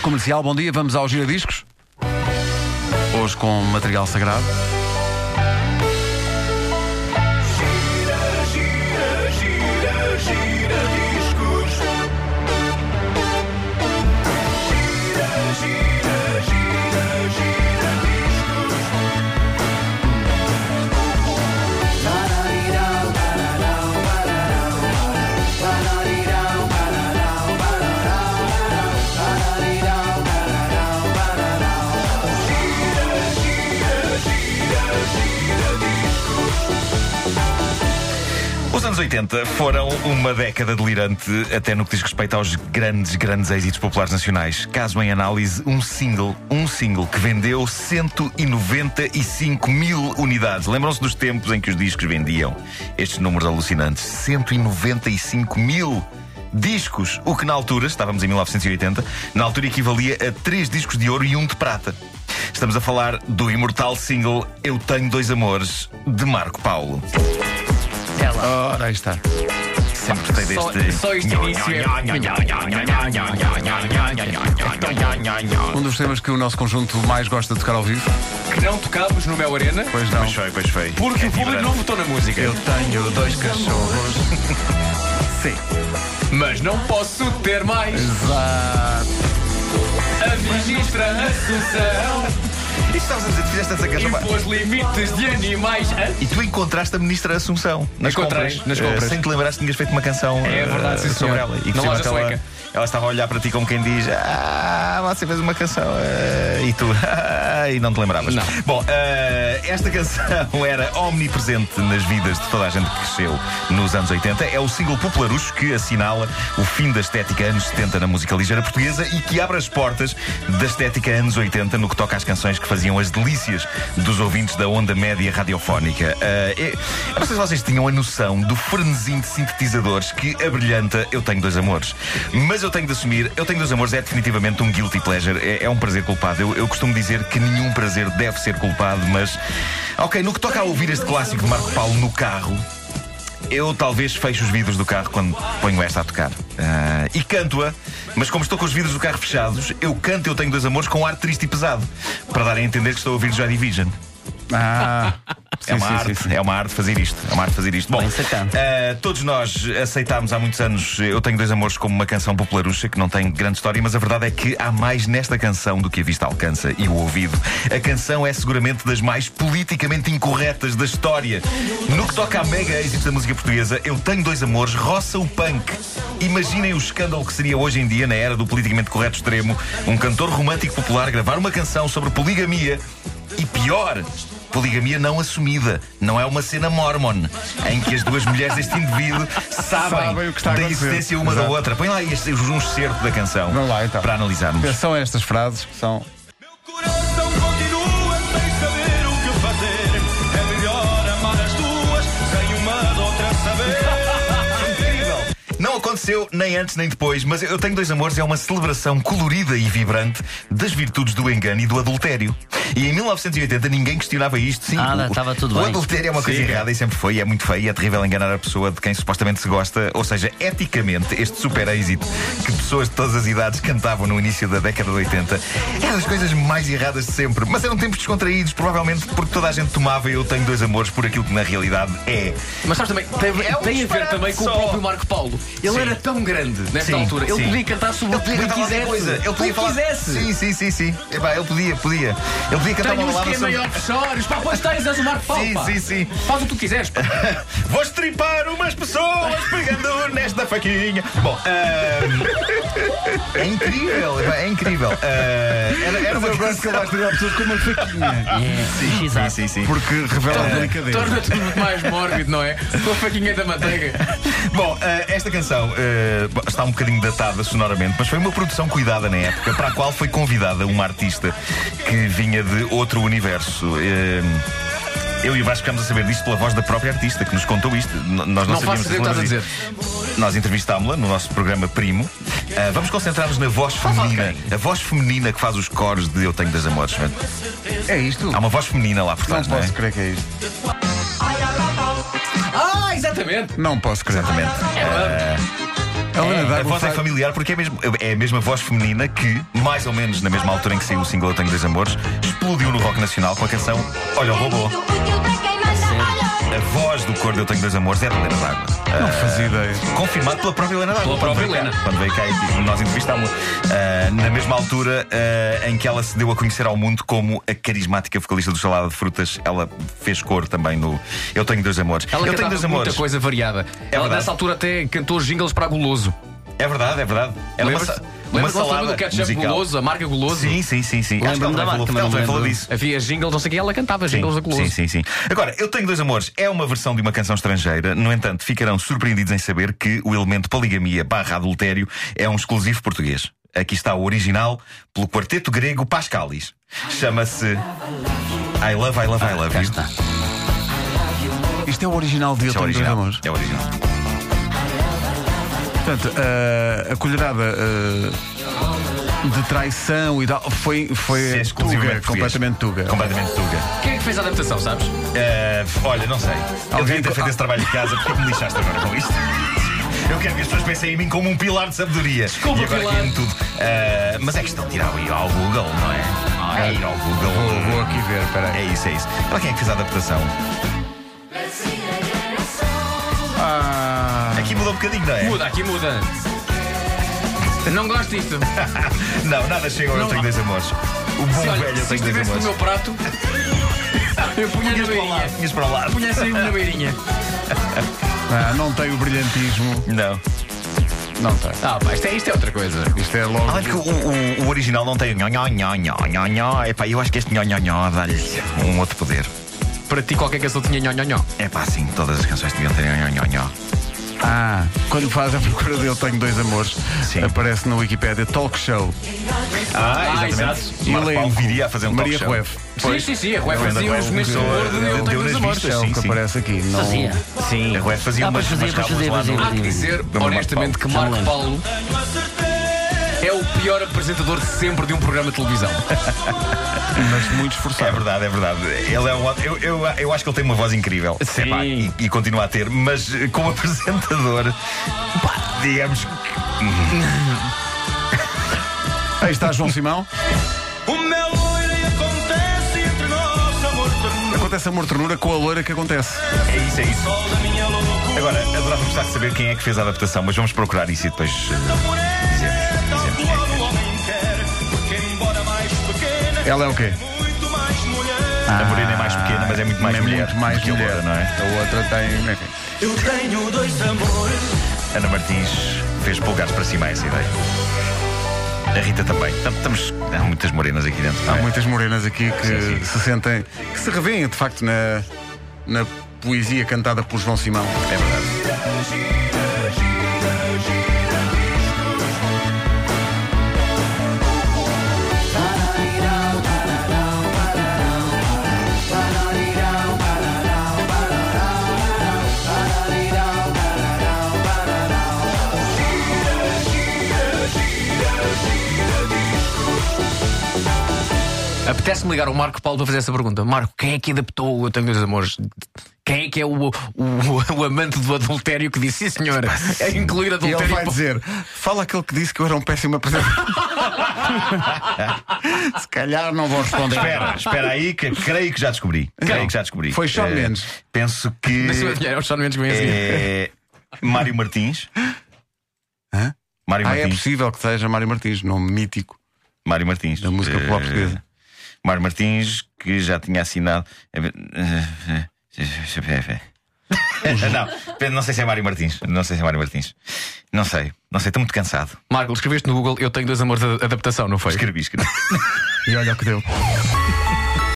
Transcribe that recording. Comercial, bom dia, vamos ao Giradiscos. Hoje com material sagrado. Gira, gira, gira, gira discos. Gira, gira, gira, gira discos. Os anos 80 foram uma década delirante, até no que diz respeito aos grandes, grandes êxitos populares nacionais. Caso em análise, um single, um single que vendeu 195 mil unidades. Lembram-se dos tempos em que os discos vendiam estes números alucinantes? 195 mil discos, o que na altura, estávamos em 1980, na altura equivalia a três discos de ouro e um de prata. Estamos a falar do imortal single Eu Tenho Dois Amores, de Marco Paulo. Ora, aí está. Sempre gostei deste. Só este início é. Um dos temas que o nosso conjunto mais gosta de tocar ao vivo. que não tocámos no Mel Arena Pois não. Pois foi, pois foi. porque É o público vibrante. não votou na música. tenho dois cachorros. Sim. Mas não posso ter mais. Exato. A ministra Assunção E estavas a dizer, tu fizeste essa canção. pá. impôs limites de animais. Hã? E tu encontraste a ministra Assunção nas Encontrei, compras, nas eh, compras. sem te lembrares que tinhas feito uma canção É eh, verdade, sim, senhor. sobre ela. E Na por cima loja ela, sueca. ela estava a olhar para ti como quem diz: Ah, você fez uma canção. eh", e tu, "Ah", e não te lembravas. Não. Bom, eh, esta canção era omnipresente nas vidas de toda a gente que cresceu nos anos 80. É o single popularucho que assinala o fim da estética anos 70 na música ligeira portuguesa e que abre as portas da estética anos 80 no que toca às canções que faziam as delícias dos ouvintes da onda média radiofónica. Eh, eu eu não sei se vocês tinham a noção do frenesim de sintetizadores que abrilhanta Eu Tenho Dois Amores. Mas eu tenho de assumir, Eu Tenho Dois Amores é definitivamente um guilty pleasure, é, é um prazer culpado. Eu, eu costumo dizer que nenhum prazer deve ser culpado, mas. Ok, no que toca a ouvir este clássico de Marco Paulo no carro. Eu talvez fecho os vidros do carro quando ponho esta a tocar. Ah, e canto-a, mas como estou com os vidros do carro fechados, eu canto Eu Tenho Dois Amores com ar triste e pesado, para dar a entender que estou a ouvir Joy Division. Ah. É uma Sim, sim, arte, sim, sim. é uma arte fazer isto. É uma arte fazer isto. Bom, eh, todos nós aceitámos há muitos anos eh, Eu Tenho Dois Amores como uma canção popularucha que não tem grande história, mas a verdade é que há mais nesta canção do que a vista alcança e o ouvido. A canção é seguramente das mais politicamente incorretas da história. No que toca a mega êxito da música portuguesa, Eu Tenho Dois Amores roça o punk. Imaginem o escândalo que seria hoje em dia, na era do politicamente correto extremo, um cantor romântico popular gravar uma canção sobre poligamia e pior, poligamia não assumida. Não é uma cena mormon em que as duas mulheres deste indivíduo sabem, Sabem o que está a da acontecer. existência uma Exato. da outra. Põe lá este, um excerto da canção Vamos lá, então. para analisarmos. São estas frases que são. Meu coração continua sem saber o que fazer. É melhor amar as duas sem uma de outra saber. Não aconteceu nem antes nem depois, mas Eu Tenho Dois Amores é uma celebração colorida e vibrante das virtudes do engano e do adultério. E em 1980 ninguém questionava isto. Sim, Nada, o- estava tudo o bem. adultério é uma coisa errada e sempre foi, e é muito feio, e é terrível enganar a pessoa de quem supostamente se gosta. Ou seja, eticamente, este super êxito que pessoas de todas as idades cantavam no início da década de 80 é das coisas mais erradas de sempre. Mas eram tempos descontraídos, provavelmente porque toda a gente tomava Eu Tenho Dois Amores por aquilo que na realidade é. Mas sabes também, tem, É um tem a ver disparate também com só. o próprio Marco Paulo. Ele Sim. era tão grande nesta Sim, altura. Ele sim. podia cantar sobre o que Ele podia cantar quisesse. qualquer coisa. Ele Como podia falar. quisesse. Sim, sim, sim, sim. Epá, ele podia, podia. Ele podia cantar Tenho um uma palavra esquema sobre. em offshores. Pá, pois tens, és o Marco Paulo. Sim, pá. sim, sim. Faz o que tu quiseres. pá. Vou estripar umas pessoas pegando nesta faquinha. Bom, ahm, é incrível, epá, é incrível. Ah, era, era uma Eu gosto que ele vai canção. estudar pessoas com uma faquinha. Sim, sim, sim, sim. Então, Porque revela a delicadeza. Torna-te muito mais mórbido, não é? Com a faquinha da manteiga. Bom, eh, esta canção eh, bom, está um bocadinho datada sonoramente, mas foi uma produção cuidada na época, para a qual foi convidada uma artista que vinha de outro universo. Eh, eu e o Vasco ficámos a saber disto pela voz da própria artista que nos contou isto. N- nós não, Não faço sabíamos ideia do que estás a disto. Nós entrevistámo-la no nosso programa Primo. Eh, vamos concentrar-nos na voz um feminina. A voz feminina que faz os coros de Eu Tenho das Amores. É isto? Há uma voz feminina lá por Não trás, não, é? posso crer que é isto. Ah, exatamente. Não posso crer. Exatamente. Eh, A Lana A D'Água voz é faz- familiar porque é, mesmo- é a mesma voz feminina que, mais ou menos na mesma altura em que saiu o single Eu Tenho Dois Amores, explodiu no rock nacional com a canção Olha o Robô. A voz do cor de Eu Tenho Dois Amores era Helena D'Água. Não fazia ideia. Confirmado pela própria Helena Pela D'Água. própria Quando veio Helena. cá- Quando veio cá e tipo, nós entrevistámos na mesma altura ah, em que ela se deu a conhecer ao mundo como a carismática vocalista do Salada de Frutas, ela fez cor também no Eu Tenho Dois Amores. Ela Eu Tenho cantava Dois muita Amores. É coisa variada. ela verdade. nessa altura até cantou jingles para a Goloso. É verdade, é verdade. Era uma, Lembras-te? sa- uma Lembras-te? Lembra salada do ketchup musical. Goloso, a marca Goloso? Sim, sim, sim, sim. Acho que ela Lembro-me da também falou, é marca, ela mas não É também me falou lembro. disso. Havia jingles, não sei o que, ela cantava Sim, jingles da Goloso. sim, sim, sim. Agora, Eu Tenho Dois Amores é uma versão de uma canção estrangeira, no entanto, ficarão surpreendidos em saber que o elemento poligamia barra adultério é um exclusivo português. Aqui está o original pelo quarteto grego Pascalis. Chama-se I Love, I Love, I Love. Ah, Cá You. está. Isto é o original de Eu Isso é o Tenho Dois original. Amores. É o original. Portanto, eh, a- a colherada ah, de traição e tal foi, Isso foi é exclusivamente tuga, português. completamente tuga. Completamente tuga. Quem é que fez a adaptação, sabes? Eh, olha, não sei. Eu Alguém devia ter co- feito esse trabalho de casa, porque é que me lixaste agora com isto? Eu quero que as pessoas pensem em mim como um pilar de sabedoria. Desculpa, e agora pilar. aqui tudo. Eh, mas é questão de ir ao, ir ao Google, não é? Ah, ir ao Google. Vou, vou aqui ver, espera aí. É isso, é isso. Para quem é que fez a adaptação? Ah, Aqui mudou um bocadinho, não é? Muda, aqui muda. Não gosto disto. Não, nada chega ao Eu Tenho Dois Amores. O bom Se, olha, velho Eu se Tenho Dois estivesse no Amores. meu prato, eu punha na Tinhas para o lado, beirinha. tinhas para o lado. Punha assim na beirinha. ah, não tem o brilhantismo. Não. Não tem. Ah, pá, isto é, isto é outra coisa. Isto é logo. Além de Ah, que o, o- o original não tem o nho, nho, nho, nho, nho, nho. Epá, eu acho que este nho, nho, nho dá-lhe um outro poder. Para ti, qualquer canção tinha nho, nho, nho. É pá, sim, todas as canções deviam ter nho, nho, nho. Ah, quando faz a procura de Eu Tenho Dois Amores, Sim. aparece na Wikipédia Talk Show. Ah, exato. E Marco Paulo elenco, viria a fazer um Maria talk show. Rueff. Sim, sim, sim. A Rua lembro fazia da os Rua, mesmos deu- sabores de deu- Eu deu Tenho Dois nas Amores. É vistas. o Sim, que sim. aparece aqui. Não... Fazia. Sim. A Rueff fazia Ah, umas, pois umas fazia, pois cápsulas fazia, lá pois no- Há que fazia. dizer, é Marco honestamente, que Já me Marco lembro. Paulo é o pior apresentador de sempre de um programa de televisão. Mas muito É esforçado. verdade, é verdade. Ele é um, ótimo- eu, eu, eu acho que ele tem uma voz incrível. Sim. Epá, e, e continua a ter, mas eh, como apresentador, pá, digamos que. Aí está João Simão. O meu loiro e acontece entre nós, amor ternura. Acontece amor ternura com a loira que acontece. É isso, é isso. Sol da minha loucura. Agora, adorava gostar de saber quem é que fez a adaptação, mas vamos procurar isso e depois. eh, É Morena, todo homem quer, porque embora mais pequena, Ela é o quê? muito mais mulher. A Morena é mais pequena, mas é muito mais é mulher. Muito mais do que a mulher, Loura, não é? A outra tem. enfim. Eu tenho dois amores. Ana Martins fez polegares para cima a essa ideia. A Rita também. Tam- Estamos. Há muitas morenas aqui dentro. não Há é? muitas morenas aqui que Sim, sim. se sentem. que se revêem, de facto, na, na poesia cantada por João Simão. É verdade. Apetece-me ligar ao Marco Paulo para fazer essa pergunta. Marco, quem é que adaptou o Eu Tenho Dois Amores? Quem é que é o, o, o amante do adultério que disse, sim senhor, é incluir E adultério? ele vai para- dizer: fala aquele que disse que eu era um péssimo apresentador. se calhar não vão responder. Espera, espera aí, que creio que já descobri. Creio que já descobri. Foi Shawn Eh, Mendes. Penso que. Deixa-me adivinhar, é o Sean Mendes que vem a seguir. É. Mário Martins. Hã? Mário Ah, é Martins. possível que seja Mário Martins, nome mítico Mário Martins. da música popular Eh, portuguesa. Mário Martins, que já tinha assinado. Não, depende, não sei se é Mário Martins. Não sei se é Mário Martins. Não sei, não sei, estou muito cansado. Marco, escreveste no Google Eu Tenho Dois Amores de adaptação, não foi? Escrevi, escrevi. E olha o que deu.